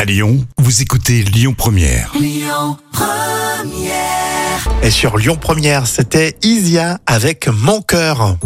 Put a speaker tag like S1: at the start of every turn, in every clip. S1: À Lyon, vous écoutez Lyon Première.
S2: Et sur Lyon Première, c'était Isia avec Mon cœur.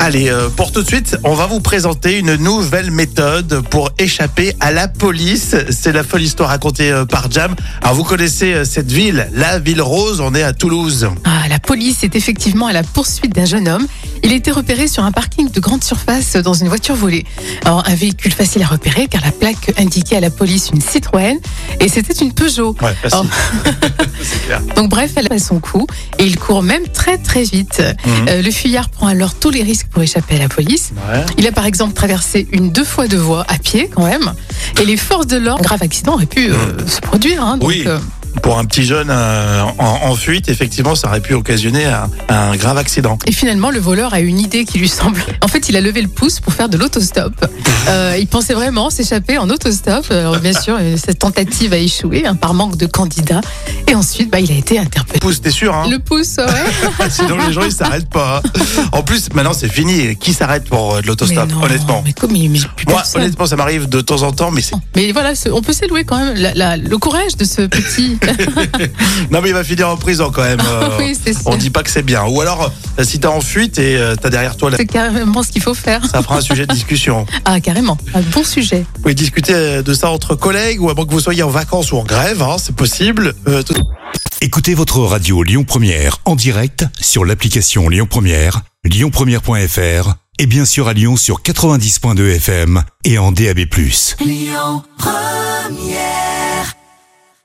S2: Allez, euh, pour tout de suite, on va vous présenter une nouvelle méthode pour échapper à la police. C'est la folle histoire racontée euh, par Jam. Alors vous connaissez euh, cette ville, la ville rose, on est à Toulouse.
S3: Ah, la police est effectivement à la poursuite d'un jeune homme. Il a été repéré sur un parking de grande surface dans une voiture volée. Alors, un véhicule facile à repérer car la plaque indiquait à la police une Citroën et c'était une Peugeot.
S2: Ouais, facile,
S3: Oh.
S2: c'est clair.
S3: Donc bref, elle a son coup et il court même très très vite.
S2: Mhm.
S3: Euh, le fuyard prend alors tous les risques pour échapper à la police.
S2: Ouais.
S3: Il a par exemple traversé une deux fois deux voies à pied quand même. Et les forces de l'ordre, un grave accident aurait pu euh, se produire. hein. donc,
S2: Mhm. Oui.
S3: euh,
S2: Pour un petit jeune euh, en, en fuite, effectivement, ça aurait pu occasionner un, un grave accident.
S3: Et finalement, le voleur a une idée qui lui semble. En fait, il a levé le pouce pour faire de l'autostop. Euh, il pensait vraiment s'échapper en autostop. Alors, bien sûr, euh, cette tentative a échoué hein, par manque de candidats. Et ensuite, bah, il a été interpellé.
S2: Pousse, t'es sûr, hein
S3: Le pouce, ouais.
S2: Sinon, les gens, ils s'arrêtent pas. hein. En plus, maintenant, c'est fini. Qui s'arrête pour euh, de l'autostop,
S3: Mais non,
S2: honnêtement
S3: Mais, comme il- mais plus
S2: Moi,
S3: personne.
S2: honnêtement, ça m'arrive de temps en temps, mais c'est.
S3: Mais voilà, ce- on peut s'élouer quand même la- la- le courage de ce petit.
S2: Non, mais il va finir en prison quand même. euh,
S3: oui, c'est sûr.
S2: on dit pas que c'est bien. Ou alors, euh, si t'es en fuite et euh, t'as derrière toi, la-
S3: C'est carrément ce qu'il faut faire.
S2: ça fera un sujet de discussion.
S3: Ah, carrément. Un bon sujet.
S2: Vous pouvez discuter euh, de ça entre collègues ou avant que vous soyez en vacances ou en grève, hein, c'est possible. Euh, tout-
S1: Écoutez votre radio Lyon Première en direct sur l'application Lyon Première, lyonpremière.fr et bien sûr à Lyon sur 90.2 FM et en DAB+.